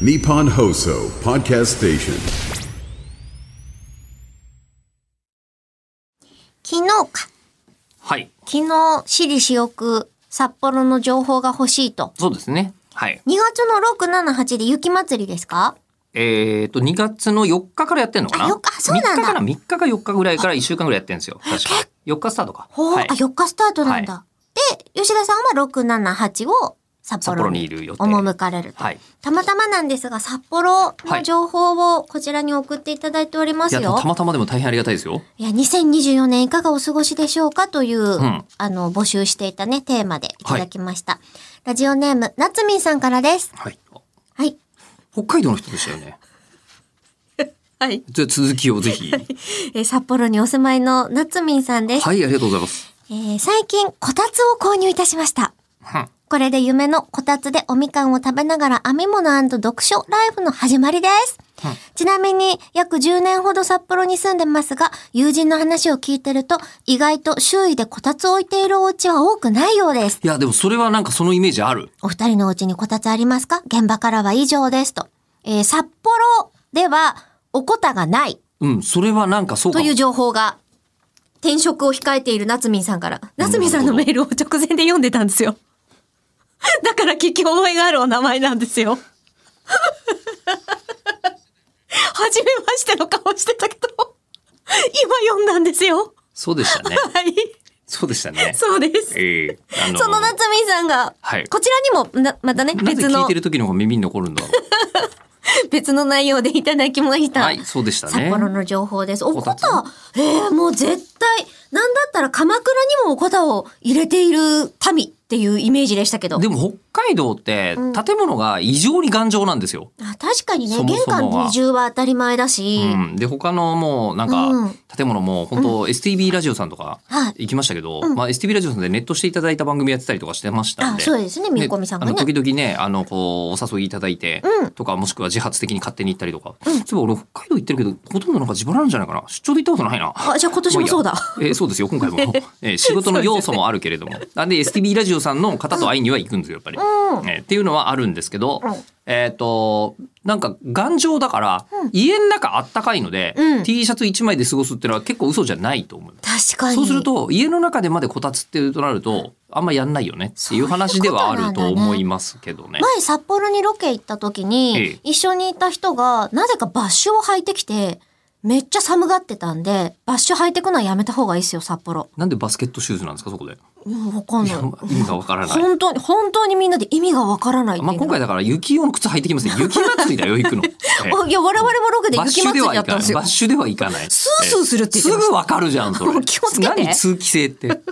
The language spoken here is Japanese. Nippon Hoso Podcast Station. 昨日か。はい。昨日、私利私欲、札幌の情報が欲しいと。そうですね。はい。 2月の6、7、8で雪祭りですかえっ、と、2月の4日からやってんのかなあ4日あそうなんだ3日から3日か4日ぐらいから1週間ぐらいやってんですよ。確か。4日スタートか。ほう、はいあ、。4日スタートなんだ。で、吉田さんは6、7、8を札札幌幌ににいる予定。赴かれると。はい。たまたまなんですが、札幌の情報をこちらに送っていただいておりまいすや、でよ。もたまたまでも大変ありがたいですよ。いや、2024年いかがお過ごしでしょうかという、んあの、募集していたね、テーマでいただきました。ラジオネーム、なつみんさんからです。はい。はい。北海道の人でしたよね。はい。じゃあ続きを ぜひ。はえー札幌にお住まいのなつみんさんです。い、ありがとうございます。えー最近、こたつを購入いたしました。はこれで夢のこたつでおみかんを食べながら編み物読書ライフの始まりです。ちなみに約10年ほど札幌に住んでますが、友人の話を聞いてると、意外と周囲でこたつを置いているお家は多くないようです。いや、でもそれはなんかそのイメージある。お二人のお家にこたつありますか現場からは以上ですと。えー札幌ではおこたがないうん、それはなんかそうかともいう情報が、転職を控えている夏民さんから、夏民さんのメールを直前で読んでたんですよ。 だから聞き覚えがあるお名前なんですよ。 初めましての顔してたけど、今読んだんですよ。そうでしたね。はい、そうでしたね。 そうです。ええあその夏民さんが、はいこちらにもなまたね、なぜ別聞いのて、る時の方が耳に残るんだ ろう。別の内容でいただきました。はい、そうでしたね。札幌の情報です。おここた、えー、もう絶対、なんだったら鎌倉にもおこたを入れている民っていうイメージでしたけど。でも北海道って建物が異常に頑丈なんですよ。あ確かにねそもそもは玄関の移住は当たり前だし、うん、で他のもうなんうんか建物も本当 STB ラジオさんとかはい行きましたけど、まあ、STB ラジオさんでネットしていただいた番組やってたりとかしてましたんあで。そうですねみでこみさんあがのね時々ねあのこうお誘いいただいて、うんとかもしくは自発的に勝手に行ったりとか、そういえば俺北海道行ってるけどほとんどなんか自腹なんじゃないかな出張で行ったことないな。あじゃあ今年もそうだまあいいやえーそうですよ今回 も、えー仕事の要素もあるけれどもなんで STB ラジオさんの方と会いには行くんですよやっぱり、うえーっていうのはあるんですけど、うんえっ、となんか頑丈だから、家の中あったかいので、うん T シャツ1枚で過ごすっていうのは結構嘘じゃないと思う確かにそうすると家の中でまでこたつっていうとなるとあんまやんないよねっていう話ではあると思いますけどね。前札幌にロケ行った時に、ええ一緒にいた人がなぜかバッシュを履いてきてめっちゃ寒がってたんでバッシュ履いてくのはやめた方がいいですよ札幌なんでバスケットシューズなんですかそこで。うんわかんいないや意味がわからない。本当に本当にみんなで意味がわからないっていうまあのが今回だから雪用の靴履いてきますね。雪祭りだよ 行くの。ええあいや、我々もロケでバッ雪シュ祭ではりやいっかたんなですい。よバッ。シュではいかない。スースーするって言すってました ぐわかるじゃん、それ。気をつけて何通気性って。